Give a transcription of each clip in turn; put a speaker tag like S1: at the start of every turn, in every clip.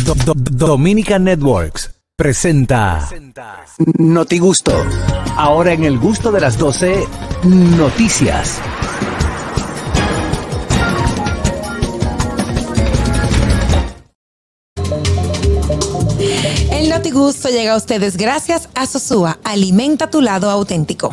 S1: Do- Do- Dominica Networks presenta Noti Gusto. Ahora en el gusto de las 12, noticias.
S2: El Notigusto llega a ustedes gracias a Sosúa. Alimenta tu lado auténtico.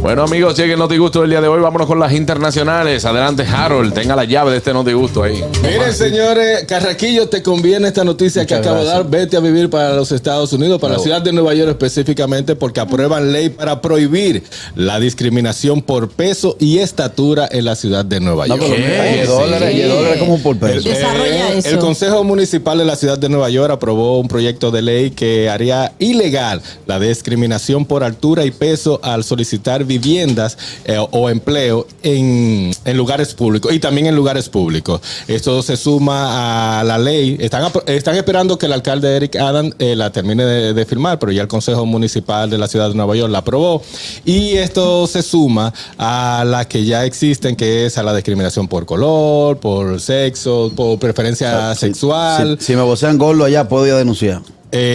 S3: Bueno, amigos, llega el Notigusto del día de hoy. Vámonos con las internacionales. Adelante, Harold. Tenga la llave de este Notigusto ahí.
S4: Miren, señores, Carraquillo, te conviene esta noticia que
S3: Muchas
S4: acabo de
S3: gracias.
S4: dar. Vete a vivir para los Estados Unidos, para
S3: Bravo.
S4: la ciudad de Nueva York específicamente, porque aprueban ley para prohibir la discriminación por peso y estatura en la ciudad de Nueva York.
S3: pero mira,
S4: Sí.
S3: diez dólares,
S2: diez dólares como
S5: por
S4: El,
S2: Desarrolla
S4: eh,
S2: eso.
S4: el Consejo Municipal de la Ciudad de Nueva York aprobó un proyecto de ley que haría ilegal la discriminación por altura y peso al solicitar viviendas eh, o empleo en, en lugares públicos y también en lugares públicos. Esto se suma a la ley. Están, apro- están esperando que el alcalde Eric Adam eh, la termine de, de firmar, pero ya el Consejo Municipal de la Ciudad de Nueva York la aprobó. Y esto se suma a las que ya existen, que es a la discriminación por color, por sexo, por preferencia sexual.
S5: Si, si me vocean gordo allá, puedo ir a denunciar.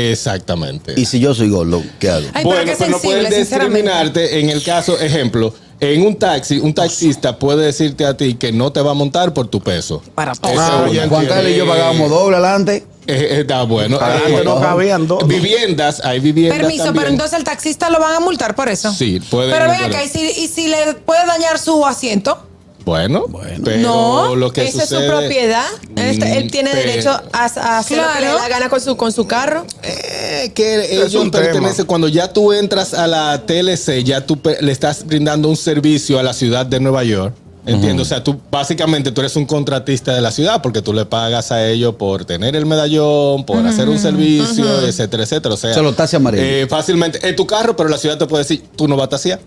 S4: Exactamente.
S5: Y si yo soy gordo, ¿qué hago?
S2: Ay,
S4: bueno,
S2: pero qué
S4: pero no
S2: sensible,
S4: puedes
S2: sinceramente.
S4: discriminarte en el caso, ejemplo, en un taxi, un taxista puede decirte a ti que no te va a montar por tu peso.
S2: Para
S4: Esa es
S5: Ah,
S4: una.
S5: Juan Carlos y yo pagábamos doble adelante.
S4: Eh, Está bueno.
S5: Ah,
S4: Eh,
S5: no cabían dos.
S4: Viviendas, hay viviendas.
S2: Permiso, pero
S4: también.
S2: entonces el taxista lo van a multar por eso.
S4: Sí, pueden
S2: Pero ven
S4: multar.
S2: acá, ¿y si, y si le puede dañar su asiento?
S4: Bueno, pero
S6: No,
S4: lo que
S6: esa
S4: sucede-
S6: es su propiedad. Él,
S2: Este,
S6: está- él tiene
S4: Mm, pero-
S6: derecho a, a hacer lo que le
S2: Claro.
S6: da gana con su, con su carro.
S4: Eh, que
S7: Es
S4: ellos
S7: un tema.
S4: pertenecen. Cuando ya tú entras a la TLC, ya tú pe- le estás brindando un servicio a la ciudad de Nueva York. Entiendo, o sea, tú básicamente tú eres un contratista de la ciudad porque tú le pagas a ellos por tener el medallón, por hacer un servicio, etcétera, etcétera. O sea,
S5: Se lo taxi amarillo.
S4: eh, fácilmente en tu carro, pero la ciudad te puede decir, tú no vas a tasear.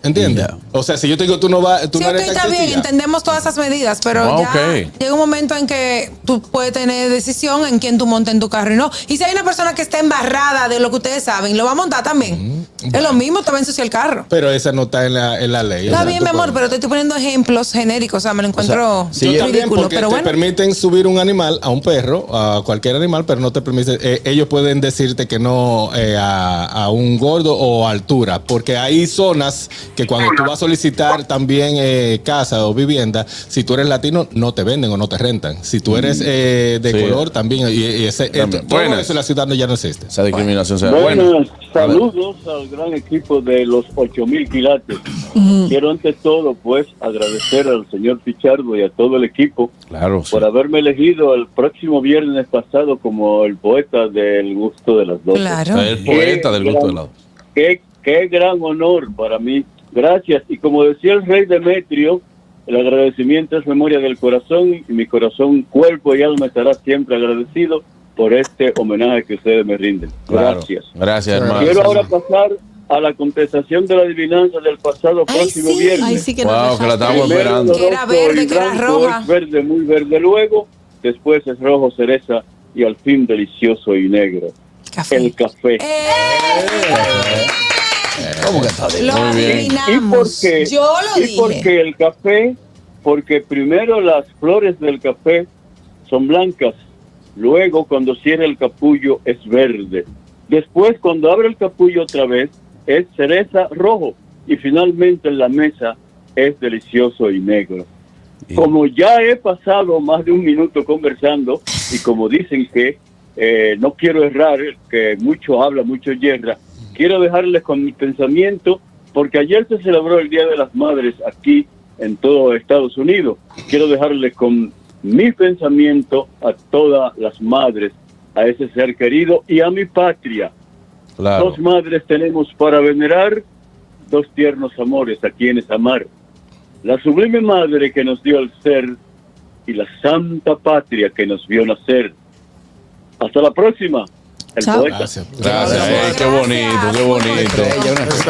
S4: ¿Entiendes?
S5: Ya.
S4: O sea, si yo te digo, tú no vas, tú
S2: sí,
S4: no
S2: ok,
S4: eres
S2: está
S4: taxista,
S2: bien,
S4: Mm. ya.
S2: entendemos todas esas medidas, pero
S3: Ah,
S2: ya
S3: ok.
S2: llega un momento en que tú puedes tener decisión en quién tú montes en tu carro y no. Y si hay una persona que está embarrada de lo que ustedes saben, lo va a montar
S4: Mm,
S2: también. Es lo mismo, te va a ensuciar el carro.
S4: Pero esa no está en la, en la ley. o
S2: Está
S4: sea,
S2: bien,
S4: tú
S2: mi amor,
S4: puedes-
S2: pero te estoy poniendo ejemplos genéricos, o sea, me lo encuentro
S5: sí,
S4: Yo
S5: es
S4: también,
S2: ridículo,
S4: porque
S2: pero
S4: te
S2: bueno.
S4: permiten subir un animal, a un perro, a cualquier animal, pero no te permiten. eh, ellos pueden decirte que no eh, a, a un gordo o altura, porque hay zonas que cuando tú vas a solicitar también eh, casa o vivienda, si tú eres latino, no te venden o no te rentan. Si tú eres eh, de
S3: Mm. Sí.
S4: color, también. Y, y ese, eh,
S3: También.
S4: todo
S3: Buenas.
S4: eso en la ciudad no- ya no existe.
S3: Esa discriminación será buena.
S8: Buenas, saludos al gran equipo de los 8000 quilates. Quiero ante todo, pues, agradecer al señor Pichardo y a todo el equipo
S3: Claro, sí.
S8: por haberme elegido el próximo viernes pasado como el poeta del gusto de las dos.
S2: Claro.
S3: Está El poeta del gusto del lado.
S8: Qué, qué gran honor para mí. Gracias. Y como decía el rey Demetrio, el agradecimiento es memoria del corazón y mi corazón, cuerpo y alma estará siempre agradecido por este homenaje que ustedes me rinden.
S3: Claro.
S8: Gracias.
S3: Gracias, hermano.
S8: Quiero ahora pasar a la contestación de la adivinanza del pasado
S2: Ay,
S8: próximo
S2: sí.
S8: viernes.
S6: Ay, sí que no.
S3: Wow, que la estamos
S8: Primero
S3: esperando.
S2: Que era
S8: Rodolfo
S2: verde,
S8: y
S2: que era
S8: blanco,
S2: roja.
S8: es verde, muy verde luego. Después es rojo, cereza y al fin delicioso y negro.
S2: Café. ¡Eh!
S8: El café.
S3: Eh,
S5: ¿Cómo que está de-
S2: Lo
S3: eh. Muy bien.
S8: ¿Y por
S2: adivinamos.
S8: qué?
S2: Yo lo
S8: ¿Y
S2: dije.
S8: por qué el café? Porque primero las flores del café son blancas, luego cuando cierra el capullo es verde, después cuando abre el capullo otra vez es cereza rojo y finalmente en la mesa es delicioso y negro. Como ya he pasado más de un minuto conversando y como dicen que eh, no quiero errar, que mucho habla, mucho yerra, quiero dejarles con mi pensamiento porque ayer se celebró el Día de las Madres aquí en todo Estados Unidos. Quiero dejarles con mi pensamiento a todas las madres, a ese ser querido y a mi patria.
S3: Claro.
S8: Dos madres tenemos para venerar, dos tiernos amores a quienes amar. La sublime madre que nos dio el ser y la santa patria que nos vio nacer. Hasta la próxima.
S9: el
S2: Chao.
S9: poeta.
S4: Gracias.
S3: Gracias,
S2: Gracias.
S3: eh, qué bonito, qué bonito.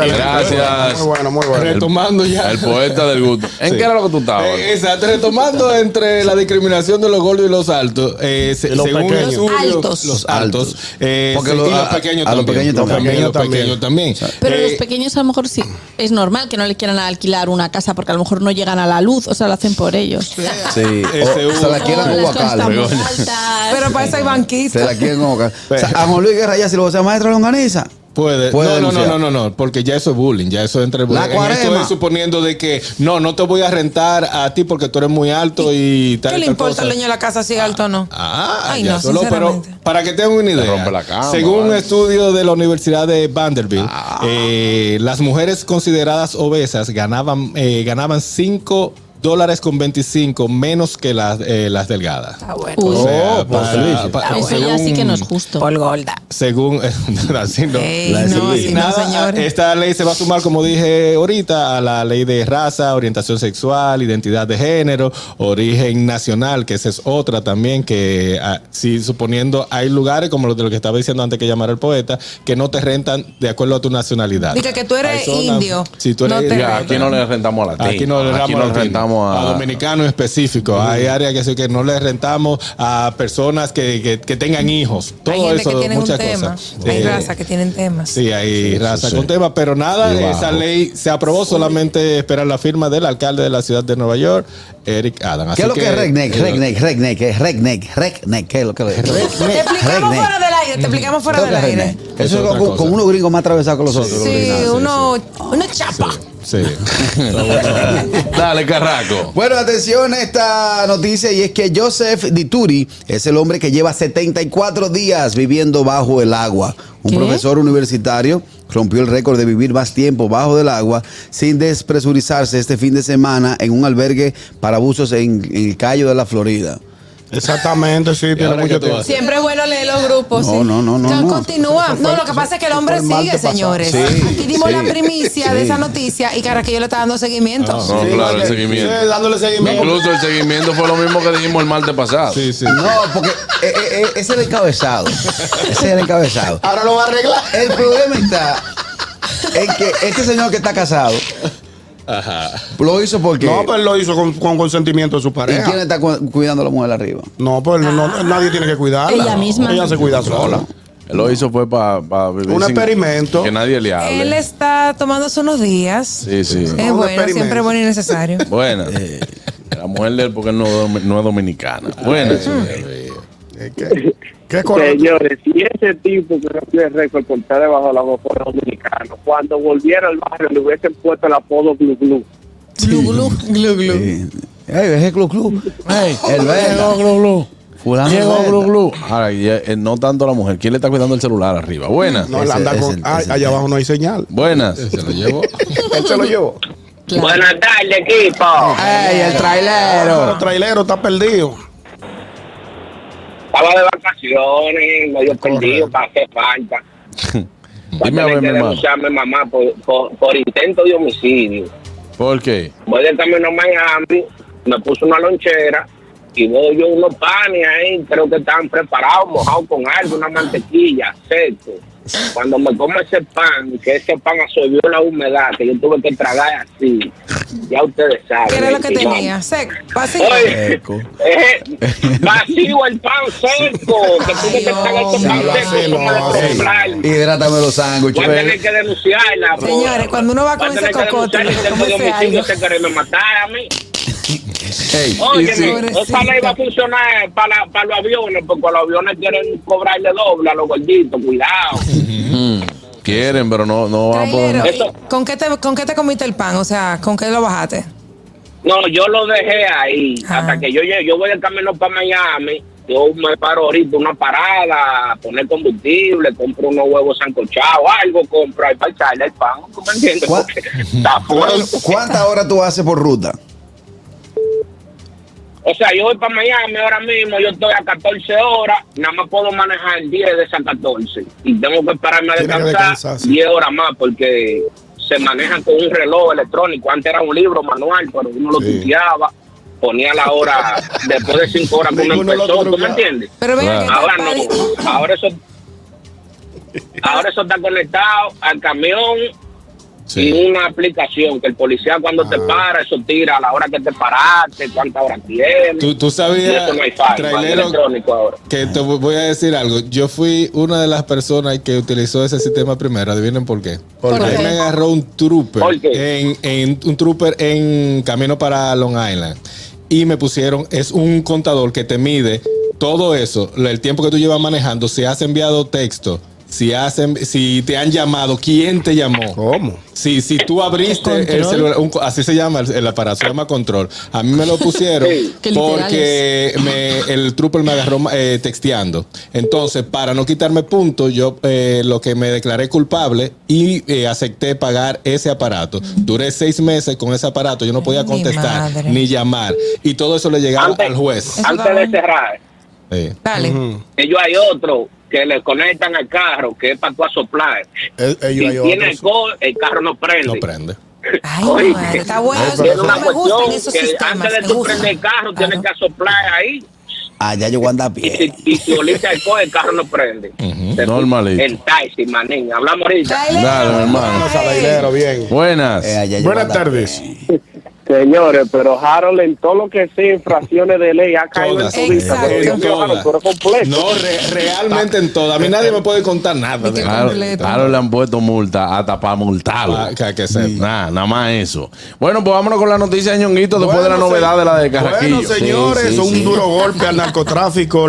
S3: Gracias.
S7: Muy bueno, muy bueno.
S4: Retomando ya.
S3: El poeta del gusto. ¿En
S4: Sí.
S3: qué era lo que tú
S5: Ah,
S3: estabas?
S4: Eh, exacto, retomando entre la discriminación de los gordos y los altos. eh, se-
S7: Y los
S4: según
S7: pequeños.
S4: estudios,
S2: Altos.
S4: Los altos.
S5: Altos.
S4: eh,
S5: Porque
S4: se-
S5: lo-
S4: y los
S5: a-
S4: pequeños
S5: a los
S4: también.
S5: pequeños también.
S4: Los pequeños también.
S10: Pero
S4: Eh,
S10: los pequeños a lo mejor sí. Es normal que no le quieran alquilar una casa porque a lo mejor no llegan a la luz, o sea, lo hacen por ellos.
S5: Sí.
S4: Ese
S5: O, se la
S4: uno.
S10: O
S5: quieran
S10: las
S5: como
S10: cosas
S5: guacal.
S10: están muy
S3: Begoña.
S10: altas.
S2: Pero para eso hay
S5: Se la
S2: banquistas.
S5: quieren como guacal. O sea, a Juan Luis Guerra ya si lo vocea maestro Longaniza.
S4: Puede.
S5: Puede
S4: no, no, no,
S5: denunciar.
S4: no, no, no, porque ya eso es bullying, ya eso es entre bullying.
S5: La
S4: En Esto
S5: cuarema.
S4: es suponiendo de que no, no te voy a rentar a ti porque tú eres muy alto y tal.
S2: ¿Qué
S4: y
S2: le
S4: tal
S2: importa
S4: cosa.
S2: al dueño de la casa si es alto o no?
S4: Ah,
S2: Ay,
S4: ya
S2: no,
S4: solo, pero
S2: sinceramente.
S4: para que tengan una idea,
S3: rompe la cama,
S4: según un
S3: Ah, vale.
S4: estudio de la Universidad de Vanderbilt, eh, las mujeres consideradas obesas ganaban eh, ganaban 5 dólares con 25 menos que las, eh, las delgadas.
S10: Uy,
S4: O sea,
S5: pues, sí.
S10: Ah, eso ya sí que no es justo.
S2: Por gorda.
S4: según así no.
S2: Ey,
S5: La de
S2: Eh, no,
S5: Silvia.
S2: así
S4: Y
S2: no,
S4: nada,
S2: señores.
S4: esta ley se va a sumar, como dije ahorita, a la ley de raza, orientación sexual, identidad de género, origen nacional, que esa es otra también, que ah, si suponiendo hay lugares, como lo de lo que estaba diciendo antes que llamara el poeta, que no te rentan de acuerdo a tu nacionalidad.
S2: Dice que tú eres
S4: Hay zonas-
S2: indio.
S4: Si tú eres
S2: No te
S4: indio,
S3: Ya, aquí no le rentamos a latín.
S4: Aquí no le rentamos,
S3: no
S4: a,
S3: le rentamos a-
S4: dominicanos específicos. Hay áreas que, sí que no le rentamos a personas que, que- que tengan hijos. Todo
S2: Hay gente
S4: eso,
S2: que tiene un
S4: muchas
S2: tema.
S4: cosas.
S2: Hay
S4: Eh,
S2: raza que tienen temas.
S4: Sí, hay raza
S5: sí.
S4: con tema, pero nada,
S5: Y
S4: esa
S5: bajo.
S4: ley se aprobó, solamente esperar la firma del alcalde de la ciudad de Nueva York, Eric Adams.
S5: ¿Qué es lo que es redneck? Redneck, redneck, eh, redneck, redneck. ¿Qué es lo que es?
S2: Te
S5: Redneck,
S2: explicamos fuera del aire, te explicamos fuera
S5: ¿Qué es
S2: del
S5: lo que es
S2: aire.
S5: redneck?
S4: Eso es
S5: Eso es
S4: otra
S5: como,
S4: cosa.
S5: como unos gringos más atravesados que los otros.
S2: Sí,
S4: Sí, sí,
S2: uno, una chapa.
S4: Sí.
S3: Dale, carraco.
S5: Bueno, atención a esta noticia y es que Joseph Dituri es el hombre que lleva 74 días viviendo bajo el agua. Un
S10: ¿Qué?
S5: profesor universitario rompió el récord de vivir más tiempo bajo del agua sin despresurizarse este fin de semana en un albergue para abusos en, en el Cayo de la Florida.
S7: Exactamente, sí, tiene
S4: ahora
S7: mucho
S4: qué tú
S7: tiempo.
S4: haces?
S6: Siempre es bueno leer los grupos.
S5: No,
S6: sí.
S5: no, no, no.
S2: Ya
S5: no.
S2: continúa. No, lo que pasa es que el hombre
S7: fue el martes
S2: sigue,
S7: pasado.
S2: señores.
S5: Sí,
S2: Aquí dimos
S5: sí,
S2: la primicia de
S5: sí.
S2: esa noticia y cara que yo le estaba dando seguimiento.
S3: No, claro, el seguimiento.
S7: Sí, dándole seguimiento.
S3: Incluso el seguimiento fue lo mismo que dijimos el martes pasado.
S4: Sí, sí.
S5: No, porque eh, eh, eh, ese es el encabezado. Ese es el encabezado.
S7: Ahora lo va a arreglar.
S5: El problema está en que este señor que está casado lo hizo porque.
S7: No, pues lo hizo con, con consentimiento de su
S5: ¿Y
S7: pareja.
S5: quién está cu- cuidando a la mujer arriba?
S7: No, pues no- no- nadie tiene que cuidarla.
S10: Ah. Ella misma.
S7: Ella se cuida sola.
S3: Él Lo hizo fue para vivir. sin-
S7: Un experimento.
S3: Que nadie le hable.
S2: Él está tomándose unos días.
S3: Sí, sí.
S2: Es
S7: Un
S2: bueno,
S7: experimento.
S2: siempre es bueno y necesario.
S3: Buena.
S5: Eh.
S3: La mujer de él, porque él no, dom- no es dominicana. Buena.
S7: Eh, ¿Qué, qué correcto?
S9: Señores, si ese tipo que rompió el récord por estar debajo del agua fue dominicano, cuando volviera al barrio le hubiesen puesto el apodo Glu Glu.
S2: Glu, glu, glu, glu.
S5: Sí. Ey, es el club club. el
S3: Llegó
S5: verga.
S3: Glu Glu.
S5: Fulano
S3: Llegó
S5: Vela.
S3: Glu Glu. Ahora, ya, eh, no tanto la mujer. ¿Quién le está cuidando el celular arriba? Buena.
S7: No, él
S5: Ese-
S7: anda
S5: ese-
S7: con. ah,
S5: ese-
S7: allá abajo no hay señal.
S3: Buenas.
S4: Se lo llevó.
S7: Él se lo llevó.
S9: Buenas tardes, equipo.
S5: Ey, el
S7: Pero
S5: trailero.
S7: el trailero está perdido.
S9: Estaba de vacaciones, medio perdido, para hacer falta. Va a
S3: Dime a
S9: tener
S3: ver,
S9: que
S3: mi hermano.
S9: denunciarme mamá por, por, por intento de homicidio.
S3: ¿Por qué?
S9: Voy de camino a Miami, me puse una lonchera y veo yo unos panes ahí, creo que estaban preparados, mojados con algo, una mantequilla, seco. Cuando me como ese pan, que ese pan absorbió la humedad, que yo tuve que tragar así, ya ustedes saben.
S2: ¿Qué era lo que
S9: estimado.
S2: tenía? Sec, vacío.
S9: Oye, eh, vacío el pan seco, que tuve que tragar ese pan
S7: Ay,
S9: seco
S7: Dios.
S9: como de
S7: Habla así, no,
S9: comprarlo.
S5: Hidrátame los
S9: Voy a tener
S5: sándwiches.
S9: que denunciarla. por-
S2: Señores, cuando uno va
S9: Voy
S2: con
S9: a
S2: ese
S9: tener que
S2: cocote,
S9: denunciarla,
S2: loco,
S9: intento
S2: ¿cómo
S9: de
S2: se
S9: homicidio,
S2: algo?
S9: se quería me matar a mí.
S3: Ey,
S9: Oye,
S3: y si-
S9: esa ley va a funcionar para, para los aviones, porque los aviones quieren cobrarle doble a los gorditos, cuidado.
S3: Mm, quieren, pero no, no van a
S2: Trailero,
S3: poder.
S9: Eso-
S2: ¿con qué, te, ¿con qué te comiste el pan? O sea, ¿con qué lo bajaste?
S9: No, yo lo dejé ahí,
S2: Ah.
S9: hasta que yo llegué, yo voy de camino para Miami, yo me paro ahorita una parada, a poner combustible, compro unos huevos sancochados, algo compro ahí para echarle el pan, ¿tú me entiendes?
S5: ¿Cuál?
S9: Porque está fuerte.
S5: ¿Cuántas horas tú haces por ruta?
S9: O sea, yo voy para Miami ahora mismo, yo estoy a 14 horas, nada más puedo manejar 10 de esas 14. Y tengo que pararme a
S7: Tiene que
S9: descansar,
S7: descansar, sí.
S9: 10 horas más porque se manejan con un reloj electrónico. Antes era un libro manual, pero uno lo
S4: Sí.
S9: tuteaba, ponía la hora después de 5 horas que uno
S7: Ninguno lo
S9: empezó, ¿tú me
S7: truqueaba.
S9: entiendes?
S2: Pero venga,
S3: Claro.
S2: que
S9: Ahora
S2: tal-
S9: no, ahora eso... Ahora eso está conectado al camión
S4: Sí. Ah.
S9: y una aplicación que el policía cuando te para, eso tira a la hora que te paraste, cuántas horas tienes.
S4: Tú- tú sabías,
S9: Y eso no hay fallo,
S4: trailero-
S9: electrónico ahora.
S4: Que te vo- voy a decir algo. Yo fui una de las personas que utilizó ese sistema primero. Adivinen por qué. Porque
S9: qué?
S4: me agarró un trooper.
S9: ¿Por
S4: En, en- un trooper en camino para Long Island. Y me pusieron, es un contador que te mide todo eso, lo- el tiempo que tú llevas manejando, si has enviado texto, si, has envi- si te han llamado, quién te llamó.
S7: ¿Cómo?
S4: Si, si tú abriste el
S7: ¿Control?
S4: celular, un co- así se llama el, el aparato, se llama control. A mí me lo pusieron
S7: Sí. Qué literal
S4: porque me- el trooper me agarró eh, texteando. Entonces, para no quitarme puntos, yo eh, lo que me declaré culpable y eh, acepté pagar ese aparato. Duré seis meses con ese aparato, yo no podía
S2: mi
S4: contestar
S2: madre.
S4: ni llamar. Y todo eso le llegaba al juez.
S9: Antes de cerrar,
S4: Sí.
S2: Dale.
S9: ellos hay otro que le conectan al carro, que es para tú soplar.
S4: Eh,
S7: El-
S9: Si
S7: ellos hay
S9: tiene
S7: otros.
S9: alcohol, el carro no
S4: No
S9: prende.
S4: prende.
S2: Ay,
S9: Oye,
S2: madre, está bueno.
S9: es
S2: eso
S9: una
S2: me
S9: cuestión
S2: gustan esos
S9: que
S2: sistemas.
S9: Antes de
S2: me
S9: tú
S2: gustan.
S9: prender el carro, tienes que soplar ahí.
S5: Allá Ah, yo ando a
S9: Y
S5: pie.
S9: si, y si oliste alcohol, el carro no prende. Te-
S3: normalito.
S9: El taxi, manín. Hablamos ahorita.
S3: Dale, mi hermano.
S7: Sabaidero, bien.
S3: Buenas.
S7: Buenas tardes.
S8: Señores, pero Harold en todo lo que sea infracciones de ley ha caído
S4: Todas,
S8: en su vista.
S2: Exacto.
S8: porque
S4: en
S8: yo soy
S4: todas.
S8: Harold, pero completo.
S4: No, re- realmente en todo. A mí nadie me puede contar nada. de
S3: Claro,
S2: completo.
S3: claro, le han puesto multa hasta para multarlo.
S4: Ah, que- que sepa.
S3: Nada, nada más eso. Bueno, pues vámonos con la noticia de Ñonguito después de la
S7: Bueno,
S3: novedad
S7: se-
S3: de la de Carraquillo.
S7: Bueno, señores,
S5: Sí, sí,
S7: un
S5: sí.
S7: duro golpe al narcotráfico.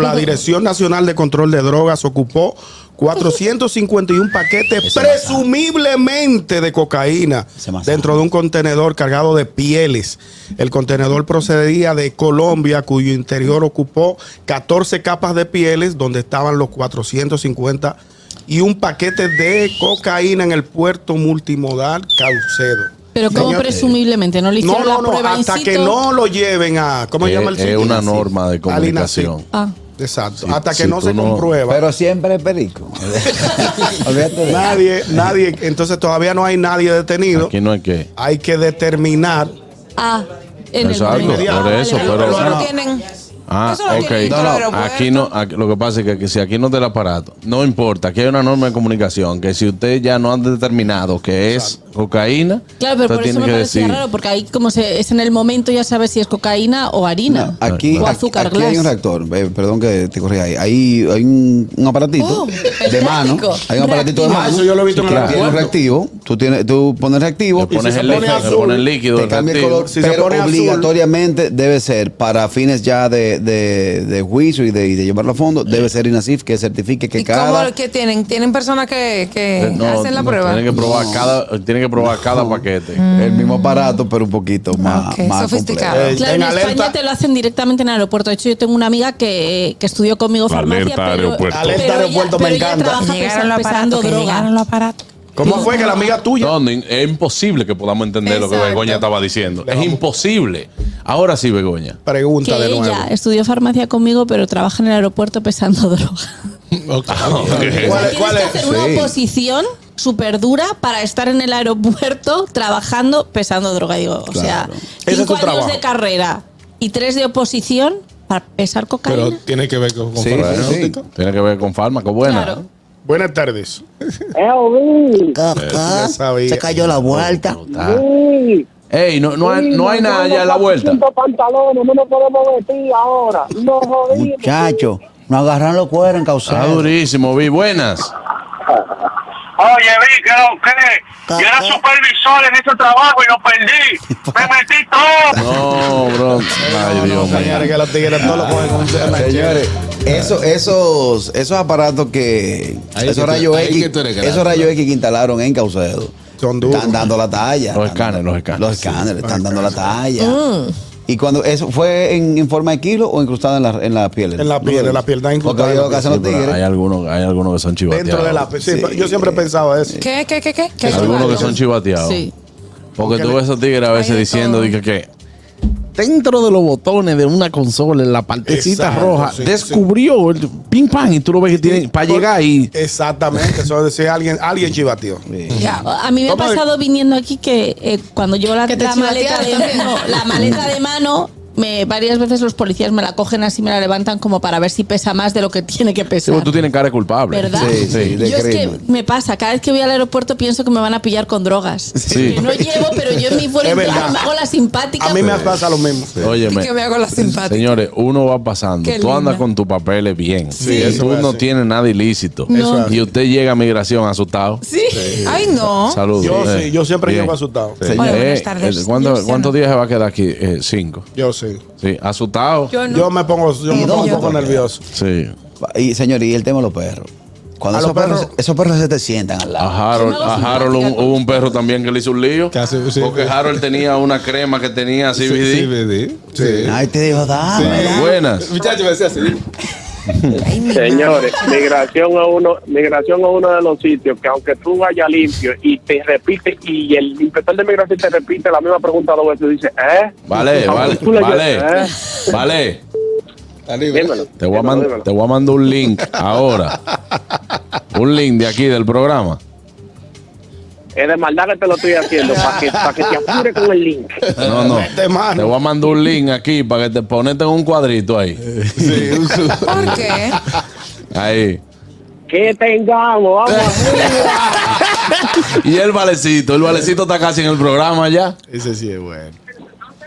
S7: La Dirección Nacional de Control de Drogas ocupó 451 paquetes
S5: Ese
S7: presumiblemente de cocaína
S5: Ese masaje.
S7: dentro de un contenedor cargado de pieles. El contenedor procedía de Colombia, cuyo interior ocupó 14 capas de pieles donde estaban los 450 y un paquete de cocaína en el puerto multimodal Caucedo.
S10: Pero como
S7: Señor-
S10: presumiblemente, no le
S7: No, no,
S10: hicieron la
S7: no,
S10: prueba in
S7: hasta que
S10: situ?
S7: no lo lleven a. ¿Cómo se
S3: Es-
S7: llama el
S3: Eh, es
S7: sitio?
S3: una
S7: Al
S3: norma de
S7: INACIP.
S3: comunicación.
S10: Ah.
S3: Sí,
S7: Exacto. hasta que
S3: sí,
S7: no
S3: tú
S7: se
S3: no-
S7: comprueba.
S5: Pero siempre es perico. Olvídate de-
S7: nadie, nadie. Entonces todavía no hay nadie detenido.
S3: Aquí no hay que.
S7: Hay que determinar.
S10: Ah, en
S3: Exacto,
S10: el momento.
S7: por
S10: Ah,
S3: eso,
S10: vale,
S3: pero-
S10: vale.
S2: Eso lo
S7: No.
S2: tienen.
S3: Ah,
S2: Eso lo
S3: ok.
S2: tienen en todo el aeropuerto.
S3: aquí no, aquí- lo que pasa es que, que si aquí no te el aparato, no importa, aquí hay una norma de comunicación que si usted ya no han determinado que es cocaína,
S10: Claro, pero
S3: usted
S10: por eso me parecía raro, porque ahí como se, es en el momento ya sabes si es cocaína o harina.
S5: No, aquí,
S10: O
S5: aquí-
S10: azúcar
S5: aquí
S10: glass.
S5: hay un reactor, eh, perdón que te corrí ahí. Ahí hay un, un aparatito
S10: Oh,
S5: de
S10: el
S5: mano.
S10: práctico.
S5: Hay un aparatito de
S10: Reactivo.
S5: mano.
S4: Ah, eso yo lo he visto en el
S5: Tiene un reactivo. Tú, tienes, tú pones reactivo.
S3: Le pones
S5: y
S3: el
S5: si se
S3: líquido,
S5: pone
S3: le pones el líquido,
S5: Te
S3: el
S5: cambia el
S3: reactivo.
S5: color.
S7: Si se
S5: pero
S7: pone azul-
S5: obligatoriamente debe ser para fines ya de, de, de juicio y de, y de llevarlo a fondo, debe ser INASIF que certifique que
S2: ¿Y cómo
S5: cada.
S2: lo que tienen? ¿Tienen personas que, que
S3: Ah, Eh, no,
S2: hacen la
S3: no,
S2: prueba?
S3: Tienen que probar cada, tienen que probar cada paquete.
S5: El mismo aparato, pero un poquito más,
S2: Ok,
S5: más
S2: sofisticado.
S5: complejo.
S7: Eh,
S10: Claro, en,
S7: en alerta-
S10: España te lo hacen directamente en el aeropuerto. De hecho, yo tengo una amiga que, que estudió conmigo
S3: La
S10: farmacia.
S3: alerta
S10: pero,
S3: aeropuerto.
S7: Alerta
S10: pero ella-
S7: aeropuerto, me
S10: pero ella
S7: encanta.
S10: trabaja
S2: Llegaron los
S10: pesa- pesando
S2: aparatos. que Llegaron
S10: droga.
S2: los aparatos.
S7: ¿Cómo fue que la amiga tuya?
S3: No, no, es imposible que podamos entender lo que
S10: Exacto.
S3: Begoña estaba diciendo.
S7: Le
S3: es
S7: vamos.
S3: imposible. Ahora sí, Begoña.
S7: Pregunta
S10: Que
S7: de nuevo.
S10: ella estudió farmacia conmigo, pero trabaja en el aeropuerto pesando droga.
S7: ¿Cuál es?
S10: Tienes
S7: cuál
S10: que
S7: es?
S10: hacer una
S5: Sí.
S10: oposición súper dura para estar en el aeropuerto trabajando pesando droga. Digo, o sea,
S7: Ese es tu
S10: cinco años
S7: trabajo.
S10: de carrera y tres de oposición para pesar cocaína.
S4: Pero tiene que ver con, con
S5: Sí,
S4: farmacia.
S5: sí, sí.
S3: Tiene que ver con fármaco. Buena.
S10: Claro.
S7: Buenas tardes.
S11: Cacá,
S7: Ya sabía.
S11: Ah, se cayó la vuelta.
S3: Ey, no, no, hay, no hay nada ya en la vuelta.
S9: pantalones, no nos podemos vestir ahora. No jodimos.
S11: Muchacho, nos agarran los cueros en
S3: Está
S11: Caucedo.
S3: Ah, durísimo, vi. Buenas.
S9: Oye, vi que lo que. Yo era supervisor en este trabajo y lo perdí. Me metí todo.
S3: No, bro. Ay,
S7: No,
S3: Dios
S7: señores,
S3: mío.
S7: que los tigres todos lo cogen con
S5: Señores, eso- esos, esos aparatos que.
S4: Ahí que
S5: esos
S4: tú-
S5: rayos
S4: ahí
S5: X.
S4: que tú eres grande,
S5: Esos rayos
S4: ¿no?
S5: X que instalaron en Caucedo.
S7: Son duros.
S5: Están dando la talla.
S3: Los
S5: Están
S3: escáneres,
S5: dando-
S3: los escáneres,
S5: Los
S3: sí.
S5: escáneres, están dando la talla. ¿Y cuando eso fue en, en forma de kilo o incrustada en la, en la piel?
S7: En la piel, en la piel, está incrustada
S5: Porque
S7: en la
S5: lo que hacen
S3: Sí,
S5: los
S3: pero hay
S5: tigres.
S3: algunos, hay algunos que son chivateados.
S7: Dentro de la. sí, Yo siempre pensaba eso.
S2: ¿Qué, qué, qué, qué? ¿Qué
S3: Hay algunos que son chivateados.
S10: Sí.
S3: Porque
S7: Porque
S3: tú
S7: le-
S3: ves a esos tigres a veces
S2: Hay de
S3: diciendo
S2: todo.
S3: dije, que dentro de los botones de una consola, en la partecita
S7: Exacto,
S3: roja,
S7: sí,
S3: descubrió el ping pong y tú lo ves que tienen para llegar ahí.
S7: Exactamente, eso decía alguien, alguien chivateó.
S10: A mí me ha
S7: Vamos a ver.
S10: pasado viniendo aquí que eh, cuando yo la,
S6: Que te
S10: la maleta
S6: chivatearon
S10: de,
S6: también.
S10: no, la maleta de mano me- varias veces los policías me la cogen así, me la levantan como para ver si pesa más de lo que tiene que
S3: Sí,
S10: pesar.
S3: pues tú tienes cara de culpable.
S10: ¿Verdad?
S3: Sí, sí.
S10: yo es que me pasa, cada vez que voy al aeropuerto pienso que me van a pillar con drogas.
S3: Sí.
S10: Que no llevo, pero yo en mi vuelo
S3: Es
S10: me
S3: verdad.
S10: hago la simpática.
S7: A mí me pasa lo mismo.
S3: Óyeme.
S10: Y que me hago la simpática.
S3: Señores, uno va pasando.
S10: Qué
S3: Tú andas
S10: linda.
S3: con tus papeles bien.
S7: Sí,
S3: Y
S7: eso
S3: tú
S7: es
S3: no
S7: así.
S3: tienes nada ilícito.
S7: No. Eso es así.
S3: Y usted llega a migración asustado.
S2: Sí. Ay, no.
S3: Saludos.
S7: Yo
S3: Eh,
S7: sí, yo siempre
S3: bien.
S7: llego asustado.
S3: Sí.
S2: Hola, buenas
S3: Eh,
S2: tardes.
S3: eh, ¿cuánto-
S2: Yo sí,
S3: ¿Cuántos días se va a quedar aquí? Eh, cinco.
S7: Yo sí.
S3: Sí, asustado.
S7: Yo, me pongo, yo me pongo un poco nervioso.
S3: Sí.
S11: Y señor, y el tema de los perros. Cuando
S7: A
S11: esos
S7: los
S11: perros,
S7: perros-
S11: esos perros se te sientan al lado.
S3: A Harold, a Harold un- hubo un perro también que le hizo un lío. porque Harold tenía una crema que tenía CBD.
S11: Ay, te dijo, dame. dame.
S3: Buenas.
S4: Muchachos, me decía así.
S9: Señores, migración a uno, migración a uno de los sitios que aunque tú vayas limpio y te repite y el inspector de migración te repite la misma pregunta dos veces, dice, ¿eh?
S3: Vale,
S9: Aunque
S3: vale,
S9: tú le
S3: vale.
S9: digas, ¿eh?
S3: Vale.
S9: Dímelo.
S3: Te voy, a man-
S9: Dímelo, dímelo.
S3: te voy a mandar un link ahora. Un link de aquí del programa.
S9: Es de maldad que te lo estoy haciendo para que, pa' que te apure con el link.
S3: No, no.
S7: Mete mano.
S3: Te voy a mandar un link aquí para que te ponete en un cuadrito ahí.
S2: ¿Por qué?
S3: Ahí.
S9: Que tengamos, vamos arriba.
S3: Y el valecito. El valecito está casi en el programa ya.
S4: Ese sí es bueno.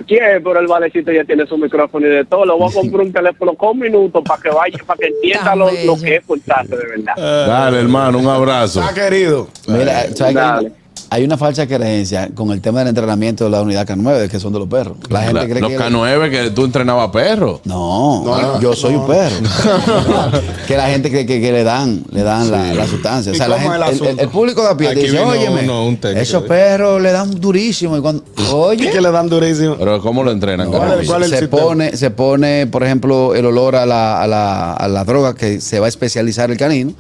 S9: ¿Quién? Pero el valecito ya tiene su micrófono y de todo. Le voy a comprar un teléfono con minutos para que vaya, para que entienda lo, lo que es portarse de verdad.
S3: Dale, hermano, un abrazo.
S7: Está querido.
S11: Mira, ¿sabes qué?
S9: Dale.
S11: Hay una falsa creencia con el tema del entrenamiento de la unidad K9, que son de los perros. La gente
S3: La-
S11: cree
S3: los
S11: que.
S3: K9 que tú entrenabas perros.
S11: No,
S7: No,
S11: yo soy un
S7: no.
S11: perro. que la gente cree que, que le dan, le dan la, la sustancia. O sea,
S7: ¿Y
S11: la
S7: cómo es
S11: gente-
S7: el
S11: el, el- el
S7: asunto?
S11: público de a pie
S4: Aquí
S11: dice,
S4: vino
S11: óyeme,
S4: uno, un técnico,
S11: esos
S4: ¿eh?
S11: perros le dan durísimo. Y cuando,
S7: ¿Y
S11: oye,
S7: que le dan durísimo?
S3: Pero ¿cómo lo entrenan?
S7: ¿Cuál es-
S3: Carlos?
S7: cuál es el
S11: se
S7: sistema?
S11: pone, se pone, por ejemplo, el olor a la, a, la, a la droga que se va a especializar el canino.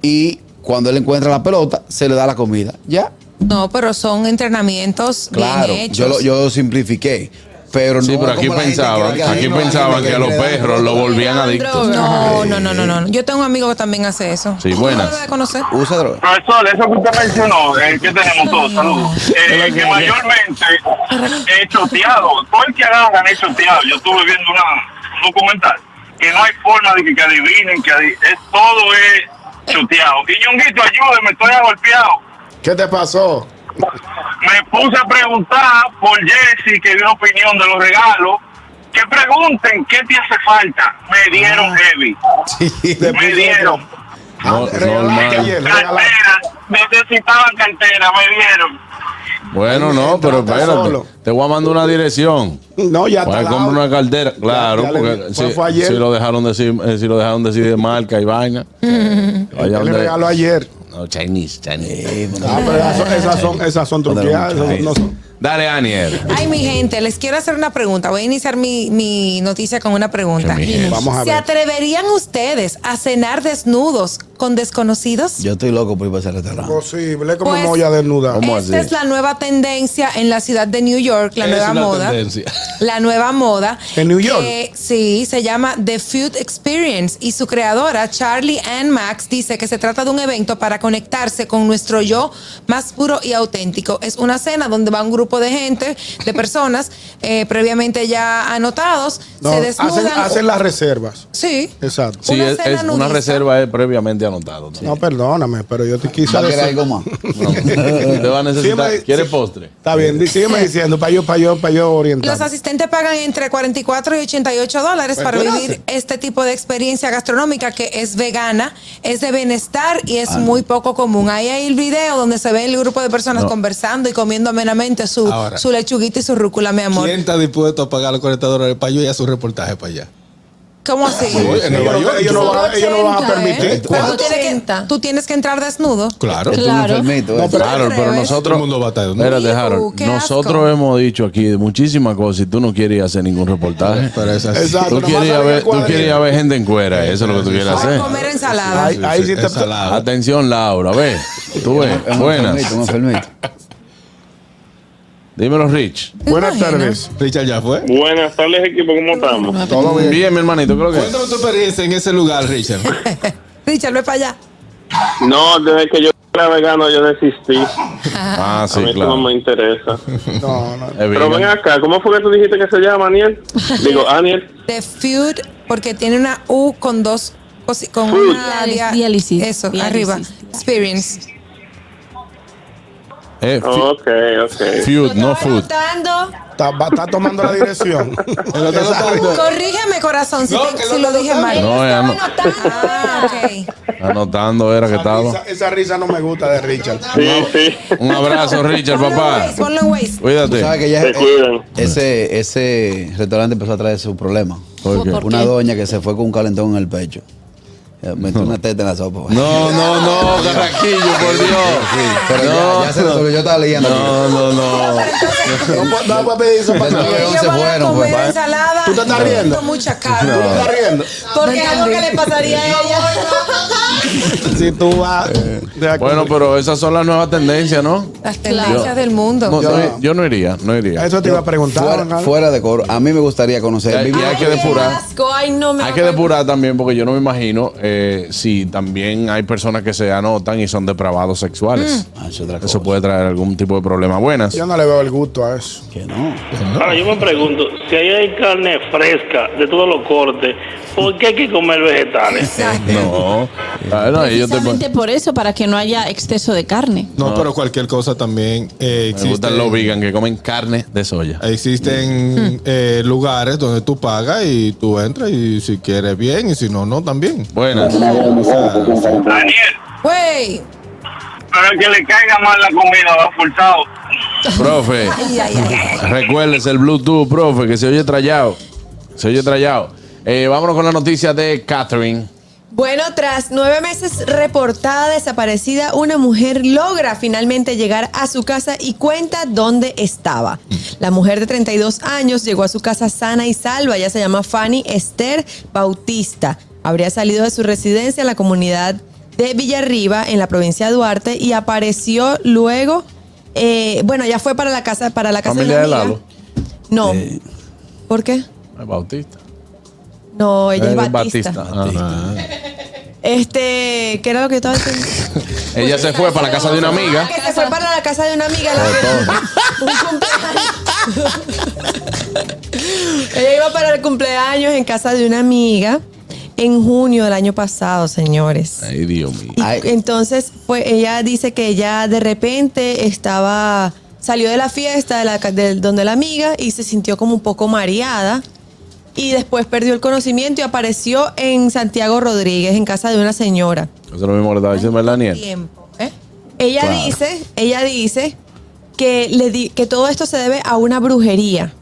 S11: Y cuando él encuentra la pelota, se le da la comida. Ya,
S2: No, pero son entrenamientos
S11: claro.
S2: bien hechos.
S11: Yo lo, yo simplifiqué. Pero
S3: Sí,
S11: no
S3: pero
S11: como
S3: aquí
S11: la gente
S3: pensaban,
S11: cree que
S3: aquí
S11: no,
S3: pensaban que a los
S11: le dan
S3: perros lo volvían adictos.
S2: No, no, no, no, no. Yo tengo un amigo que también hace eso.
S3: Sí, buenas.
S2: No lo de conocer.
S11: Usa droga.
S9: Profesor, eso que usted mencionó, eh, que tenemos todos, saludos, eh, que mayormente es choteado, todo el que agarran es choteado. Yo estuve viendo una, un documental que no hay forma de que, que adivinen, que adi- es, todo es choteado. Y Ñonguito, ayúdeme, estoy agolpeado.
S7: ¿Qué te pasó?
S9: Me puse a preguntar por Jesse, que dio una opinión de los regalos, que pregunten qué te hace falta. Me dieron heavy,
S7: Te
S9: me
S7: puso
S9: dieron.
S7: otro.
S3: No,
S7: Regalado
S3: normal.
S7: ayer, regalado.
S9: Cartera, necesitaban cartera, me dieron.
S3: Bueno, no, pero
S7: Entrate
S3: espérate.
S7: solo.
S3: Te voy a mandar una dirección.
S7: No, ya
S3: Voy
S7: está.
S3: a comprar Pues, una cartera. Claro,
S7: ya le-
S3: porque
S7: fue-
S3: si,
S7: fue ayer.
S3: si lo dejaron decir, eh, si lo dejaron decir de marca y vaina. Vaya
S7: Le
S3: donde-
S7: regaló ayer.
S3: No, Chinese, Chinese.
S7: Ah, pero esas, esas son, esas son truqueadas. esas no son-
S3: Dale, Aniel.
S2: Ay, mi gente, les quiero hacer una pregunta. Voy a iniciar mi, mi noticia con una pregunta.
S3: Que mi gente.
S7: Vamos a
S2: ¿Se
S7: ver.
S2: atreverían ustedes a cenar desnudos con desconocidos?
S11: Yo estoy loco por ir para ese restaurante.
S7: Posible, como
S2: Pues-
S7: moya desnuda.
S3: ¿Cómo
S2: Esta
S3: así?
S2: es la nueva tendencia en la ciudad de New York, la nueva moda. La nueva moda.
S7: ¿En New
S2: que,
S7: York?
S2: sí, se llama The Food Experience y su creadora, Charlie Ann Max, dice que se trata de un evento para conectarse con nuestro yo más puro y auténtico. Es una cena donde va un grupo de gente, de personas eh, previamente ya anotados,
S7: No,
S2: se
S7: hacen,
S2: desnudan.
S7: hacen las reservas.
S2: sí.
S7: Exacto.
S3: Sí,
S2: una
S3: es,
S2: cena
S3: es una
S2: nudista.
S3: reserva es previamente anotado.
S7: No, perdóname, pero yo te
S11: ¿Va
S7: quise
S11: a querer
S7: decir.
S11: algo más?
S3: Te va a necesitar.
S7: Siempre-
S3: ¿Quieres
S7: sí.
S3: postre?
S7: Está bien, di- sígueme diciendo para yo, para yo, para yo
S2: Los
S7: orientar.
S2: asistentes pagan entre 44 y 88 dólares
S7: Pues,
S2: para
S7: ¿qué
S2: vivir
S7: hacen?
S2: este tipo de experiencia gastronómica que es vegana, es de bienestar y
S7: Ah.
S2: es muy poco común. Ahí hay el video donde se ve el grupo de personas conversando y comiendo amenamente su,
S4: Ahora.
S2: su lechuguita y su rúcula, mi amor.
S4: ¿Quién está dispuesto a pagar los 40 dólares para yo y a su reportaje para allá?
S2: ¿Cómo así?
S4: Oye, en Nueva York.
S7: Ellos no
S4: yo-
S7: van a- ellos no van a permitir.
S2: Pero tú tienes, que,
S6: 80.
S2: tú tienes que entrar desnudo.
S4: Claro.
S11: Esto es un
S10: Claro.
S11: enfermito,
S7: No,
S11: ¿eh?
S7: pero-
S3: Harold, pero
S2: atreves?
S4: Todo el
S3: nosotros.
S4: mundo va a estar desnudo.
S3: Espérate,
S2: Iu,
S3: Harold.
S2: qué
S3: Nosotros
S2: asco.
S3: hemos dicho aquí muchísimas cosas y tú no quieres ir a hacer ningún reportaje.
S4: Pero es así.
S7: Exacto.
S3: Tú
S7: nomás
S3: quieres, ir a
S7: sale
S3: ver,
S7: el
S3: tú
S7: cuadrito.
S3: quieres ir a ver gente en cuera, eso es lo que tú quieres
S2: Vas a
S3: hacer.
S2: comer ensalada.
S7: Ahí, ahí sí te.
S4: Ensalada.
S3: Atención, Laura, ve. Tú ves,
S11: Es un enfermito, un
S3: buenas.
S11: enfermito.
S3: Dímelo, Rich.
S2: ¿Te
S7: Buenas
S2: imaginas?
S7: tardes.
S4: Richard ya fue.
S9: Buenas tardes, equipo, ¿cómo estamos?
S3: Todo bien. mi hermanito, creo que.
S4: Cuéntame tu experiencia en ese lugar, Richard.
S2: Richard, ve para allá.
S9: No, desde que yo
S11: mezcla vegano yo desistí.
S3: Ah, sí,
S11: A mí eso
S3: claro.
S11: no me interesa.
S3: Es
S11: Pero ven
S3: vegan.
S11: acá, ¿cómo fue que tú dijiste que se llama Aniel? Digo, Aniel.
S2: The Feud, porque tiene una U con dos. cosi- Con
S11: Food.
S2: una dia-
S10: Diálisis,
S2: Eso,
S10: diálisis.
S2: arriba. Experience.
S3: Eh, fi-
S11: Ok, ok.
S3: Feud, no food.
S6: Votando.
S7: Está, va- está tomando la dirección. Esa-
S2: Corrígeme, corazón, si, te- si lo dije mal.
S3: No, ya no.
S2: Ah, ok.
S3: Anotando era que
S7: Esa,
S3: estaba.
S7: esa risa no me gusta de Richard.
S11: Sí, sí.
S3: Un abrazo, Richard,
S2: Ponlo en
S3: papá.
S2: Waze, Ponlo en Waze.
S3: Cuídate.
S5: Tú sabes que ya
S11: Se
S5: eh,
S11: cuidan.
S5: ese, ese restaurante empezó a traer su problema.
S3: ¿Por qué?
S5: Una
S10: qué?
S5: doña que se fue con un calentón en el pecho. Eh, Metió una teta en la sopa. güey.
S3: No, no, no, Carraquillo, por
S5: Sí,
S3: Dios.
S5: pero
S3: No.
S5: ya, ya se resolvió. Yo estaba leyendo.
S3: No, no, no.
S7: No, puedo- no puedo pedir eso para
S5: Desde
S7: ti.
S5: luego.
S2: Ellos
S5: se
S2: van a
S5: fueron,
S2: comer
S5: pues.
S2: ensalada.
S7: ¿Tú te estás
S2: y
S7: riendo?
S2: con mucha carne.
S7: ¿Tú estás riendo?
S6: Porque es algo que le pasaría a ella.
S7: Si tú vas.
S3: Eh, Bueno, pero esas son las nuevas tendencias, ¿no?
S2: Las tendencias del mundo.
S3: No,
S5: Yo
S3: no,
S5: no.
S3: yo no iría, no iría.
S7: Eso te iba a preguntar.
S5: Fuera,
S7: Ana.
S5: fuera de coro. A mí me gustaría
S3: Ya-
S5: conocer. vivir-
S3: ya hay que
S6: Qué
S3: depurar.
S6: asco, Ay, no me
S3: Hay que depurar también porque yo no me imagino eh, si también hay personas que se anotan y son depravados sexuales.
S2: Mm.
S5: Ah, es otra cosa.
S3: Eso puede traer algún tipo de problema. Buenas.
S7: Yo no le veo el gusto a eso.
S5: Que no.
S11: Ahora yo me pregunto, si ahí hay carne fresca de todos los cortes, ¿por qué hay que comer vegetales?
S2: Exacto.
S3: No. Ah, no, ellos te pon-
S10: Precisamente por eso, para que no haya exceso de carne.
S4: No, pero cualquier cosa también eh,
S3: Me
S4: existe.
S3: gustan los vegan que comen carne de soya.
S4: Existen
S3: Mm.
S4: eh, lugares donde tú pagas y tú entras y si quieres bien y si no, no también.
S3: Buenas.
S4: O sea,
S11: Daniel,
S2: Güey.
S11: pero el que le caiga mal la comida va forzado.
S3: Profe,
S2: Ay, ay, ay.
S3: recuerdes el Bluetooth, profe, que se oye trallado. Se oye trallado. Eh, vámonos con la noticia de Catherine.
S6: Bueno, tras nueve meses reportada desaparecida, una mujer logra finalmente llegar a su casa y cuenta dónde estaba. La mujer de 32 años llegó a su casa sana y salva. Ella se llama Fanny Esther Bautista. Habría salido de su residencia en la comunidad de Villarriba, en la provincia de Duarte, y apareció luego. eh, bueno, ya fue para la casa, para la casa
S3: Familia
S6: de,
S3: de
S6: la amiga.
S3: Lalo.
S6: No.
S5: Eh,
S6: ¿Por qué?
S3: Ay, Bautista.
S6: No, ella es
S3: Eh,
S6: Batista.
S3: Ajá.
S6: Este, ¿qué era lo que estaba diciendo?
S3: Ella se fue para la casa de una amiga.
S6: Ah, que se fue para la casa de una amiga. la- un cumpleaños. Ella iba para el cumpleaños en casa de una amiga en junio del año pasado, señores.
S3: Ay, Dios mío.
S6: Y
S5: Ay.
S6: entonces, pues ella dice que ella de repente estaba, salió de la fiesta de la, ca- del- donde la amiga y se sintió como un poco mareada. Y después perdió el conocimiento y apareció en Santiago Rodríguez, en casa de una señora.
S3: Eso es lo mismo que estaba diciendo el Daniel.
S2: Tiempo. ¿eh?
S6: Ella
S5: Claro.
S6: dice, ella dice que, le di- que todo esto se debe a una brujería.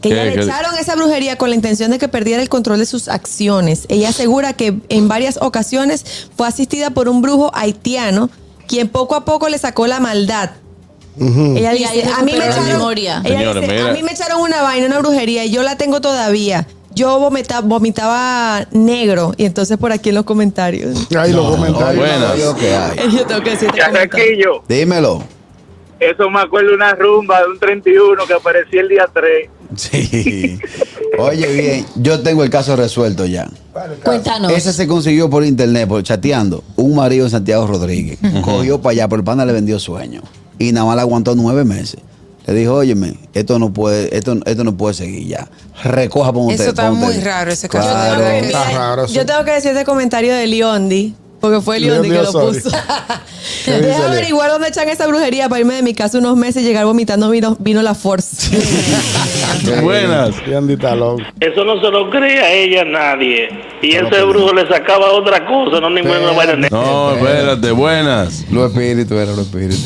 S6: Que ella
S3: ¿Qué?
S6: le
S3: ¿Qué?
S6: echaron esa brujería con la intención de que perdiera el control de sus acciones. Ella asegura que en varias ocasiones fue asistida por un brujo haitiano, quien poco a poco le sacó la maldad. Ella
S10: Y ahí
S6: dice, a mí me
S10: recuperó la
S6: echaron,
S10: memoria".
S6: ella
S3: Señores,
S6: dice,
S3: mira.
S6: "A mí me echaron una vaina, una brujería, y yo la tengo todavía. Yo vomita- vomitaba negro, y entonces por aquí en los comentarios.
S7: Ahí los comentarios.
S3: Buenas.
S5: Yo que hay.
S6: Yo tengo que decir este comentario.
S11: Carraquillo,
S5: Dímelo.
S11: eso me acuerdo de una rumba de un 31 que apareció el día 3.
S5: Sí. Oye, bien, yo tengo el caso resuelto ya.
S10: Cuéntanos.
S5: Ese se consiguió por internet, por chateando. Un marido en Santiago Rodríguez. Cogió para allá, pero el pana le vendió sueño. Y nada más le aguantó nueve meses. Le dijo, óyeme, esto no puede, esto, esto no puede seguir ya. Recoja para usted.
S2: Eso está
S5: ponte-
S2: muy raro, ese caso.
S5: Claro.
S2: de verdad
S7: Está raro eso.
S6: Yo tengo que decir este comentario de Liondi, porque fue Liondi que
S7: Leondi
S6: lo
S7: Osorio.
S6: puso.
S7: ¿Qué dice
S6: Deja
S7: Leondi?
S6: averiguar dónde echan esa brujería para irme de mi casa unos meses y llegar vomitando vino, vino la force.
S3: Buenas.
S7: Bien, Dita Love.
S11: Eso no se lo crea ella nadie. Y ese brujo le sacaba otra cosa, no ninguna vaina.
S3: No, espérate, buenas.
S5: Lo espíritu era lo espíritu.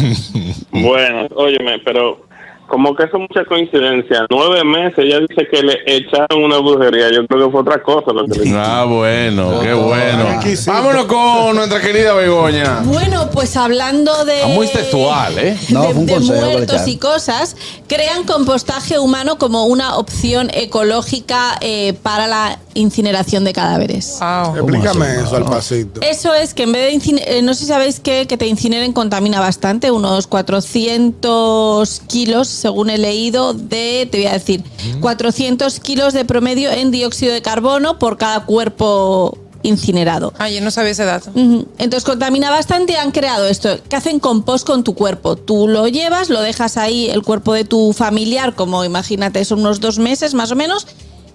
S11: Bueno, óyeme, pero como que eso es mucha coincidencia. Nueve meses, ella dice que le echaron una brujería. Yo creo que fue otra cosa lo que le
S3: Ah, bueno, qué bueno.
S7: Exquisito.
S3: Vámonos con nuestra querida Begoña.
S10: Bueno, pues hablando de.
S3: Ah, muy sexual, ¿eh?
S5: No,
S10: de,
S5: fue un
S10: de
S5: consejo que le
S10: muertos
S5: echaron.
S10: y cosas, crean compostaje humano como una opción ecológica eh, para la incineración de cadáveres.
S2: Wow.
S7: Explícame eso al pasito.
S10: Eso es que en vez de incine- eh, no sé si sabéis que, que te incineren contamina bastante, unos 400 kilos, según he leído, de, te voy a decir, 400 kilos de promedio en dióxido de carbono por cada cuerpo incinerado.
S2: Ah, yo no sabía ese dato.
S10: Ujú. Entonces contamina bastante, han creado esto, que hacen compost con tu cuerpo. Tú lo llevas, lo dejas ahí, el cuerpo de tu familiar, como imagínate, son unos dos meses más o menos,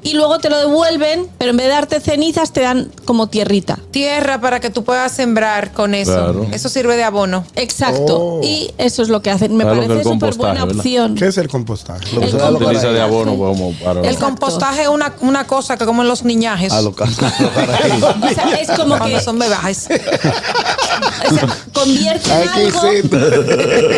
S10: y luego te lo devuelven, pero en vez de darte cenizas te dan como tierrita.
S2: Tierra para que tú puedas sembrar con eso.
S3: Claro.
S2: Eso sirve de abono.
S10: Exacto.
S7: Oh.
S10: Y eso es lo que hacen. Me
S3: Claro que el
S10: parece súper
S3: compostaje,
S10: buena
S3: ¿verdad?
S10: opción.
S7: ¿Qué es el compostaje?
S5: Lo que
S10: El
S5: se da
S3: Se
S5: a los
S3: utiliza de
S5: carajillos.
S3: abono como para.
S2: El
S10: Exacto.
S2: compostaje es una, una cosa que como en los niñajes.
S5: A los car- a los carajillos.
S10: O sea, es como que
S2: Cuando son bebajes.
S10: o sea, convierten
S7: Ay, qué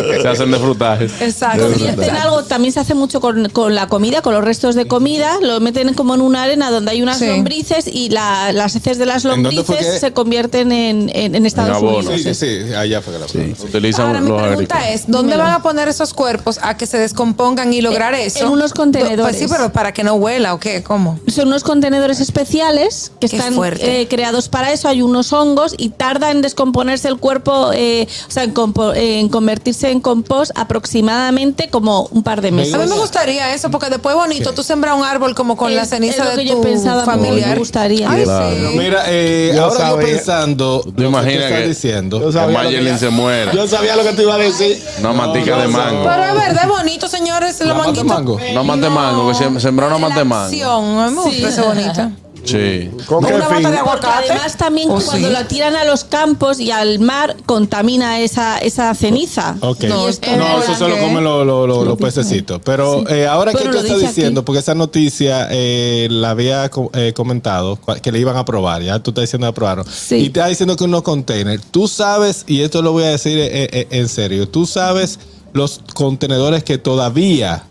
S10: algo.
S3: Se hacen de frutajes.
S2: Exacto.
S10: Convierten algo, también se hace mucho con, con la comida, con los restos de comida, lo meten como en una arena donde hay unas
S2: Sí.
S10: lombrices y la- las heces de las
S4: ¿En dónde fue
S10: lombrices
S4: que-
S10: se convierten en, en- en Estados
S3: abono.
S10: Unidos.
S4: Sí, sí, sí, allá fue que la
S3: Se Utilizan
S2: Ahora mi
S3: los
S2: pregunta
S3: agrícolas.
S2: es, ¿dónde
S10: Dímelo.
S2: van a poner esos cuerpos a que se descompongan y lograr
S10: En-
S2: eso?
S10: en unos contenedores.
S2: Pues sí, pero para que no huela o qué, ¿cómo?
S10: Son unos contenedores especiales que
S2: Qué
S10: están
S2: fuerte.
S10: eh, creados para eso. Hay unos hongos y tarda en descomponerse el cuerpo, eh, o sea, en, compo- eh, en convertirse en compost aproximadamente como un par de meses.
S2: A mí me
S4: Venga.
S2: gustaría eso porque después es bonito tú sembras un árbol como con la
S10: Es-
S2: ceniza
S10: es lo
S2: de
S10: que
S2: tu
S10: yo pensaba, me
S2: familiar.
S10: gustaría.
S2: Ay,
S3: Claro.
S2: sí.
S4: Mira, eh,
S7: Yo
S4: ahora yo
S7: sabía.
S4: pensando.
S3: te
S4: lo
S3: imaginas
S4: tú estás
S3: que-
S4: diciendo.
S7: Yo
S3: Que
S7: sabía lo que-
S3: Mayelin se muera.
S4: Yo sabía lo que te iba a decir.
S3: No, mantica de
S4: yo
S3: mango.
S2: Pero es verdad, es bonito, señores,
S4: La
S2: los
S4: mata
S2: manguitos.
S4: mango.
S3: No mate mango, que se- sembrar no
S2: La
S3: mate mango.
S2: acción, a mí me gusta ese bonito.
S3: Sí.
S7: ¿Con qué
S2: Una
S7: fin?
S2: bata de
S10: Porque
S2: aguacate.
S10: además también
S2: Oh,
S10: cuando
S2: sí.
S10: la tiran a los campos y al mar contamina esa, esa ceniza.
S4: Ok.
S2: No,
S4: No,
S2: es
S10: este
S2: verdad
S4: eso se lo
S2: que-
S4: comen lo- lo- lo- los pececitos. Pero eh, ahora que
S10: Pero
S4: tú
S10: lo
S4: estás
S10: dice
S4: diciendo,
S10: aquí.
S4: porque esa noticia eh, la había co- eh, comentado, cua- que le iban a probar, ya tú estás diciendo que aprobaron.
S10: Sí.
S4: Y te está diciendo que unos containers, tú sabes, y esto lo voy a decir eh, eh, en serio, tú sabes los contenedores que todavía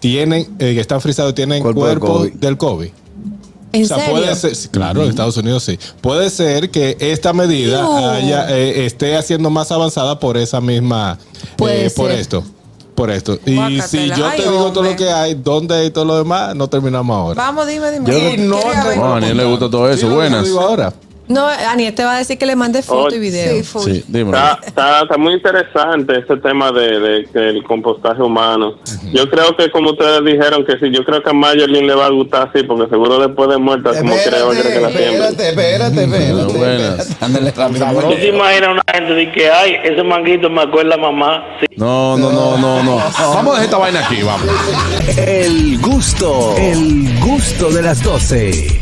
S4: tienen, eh, que están frisados, tienen
S5: Cuerpo
S4: cuerpo,
S5: del COVID.
S4: del COVID.
S6: ¿En
S4: O sea,
S6: serio?
S4: puede ser, sí, claro, en Estados Unidos sí. Puede ser que esta medida
S10: No.
S4: haya, eh, esté haciendo más avanzada por esa misma,
S10: Puede
S4: eh, por
S10: ser.
S4: esto, por esto. Y
S2: Guácatela.
S4: si yo
S2: Ay,
S4: te digo todo
S2: hombre.
S4: lo que hay, dónde hay todo lo demás, no terminamos ahora.
S2: Vamos, dime, dime.
S4: Yo
S2: Quiere haber-
S3: No, a Daniel le gusta todo
S4: Sí,
S3: eso.
S4: lo que
S3: Buenas.
S4: yo digo ahora.
S6: No, Aniel te va a decir que le mande foto
S9: Oh,
S6: y video.
S2: Sí, full.
S3: Sí, dímelo.
S9: Está, está- está muy interesante este tema de, de- del compostaje humano. Yo creo que, como ustedes dijeron, que sí, yo creo que a Mayerlin le va a gustar, sí, porque seguro después de muerta, como que le va a querer que la siembre.
S11: espérate, espérate, espérate.
S3: Buenas.
S11: Ándale rápido.
S9: ¿Tú te imaginas una gente de que, ay, ese manguito me acuerda a mamá? Sí.
S3: No, no, no, no, no. Vamos a dejar esta vaina aquí, vamos.
S1: El gusto, el gusto de las 12.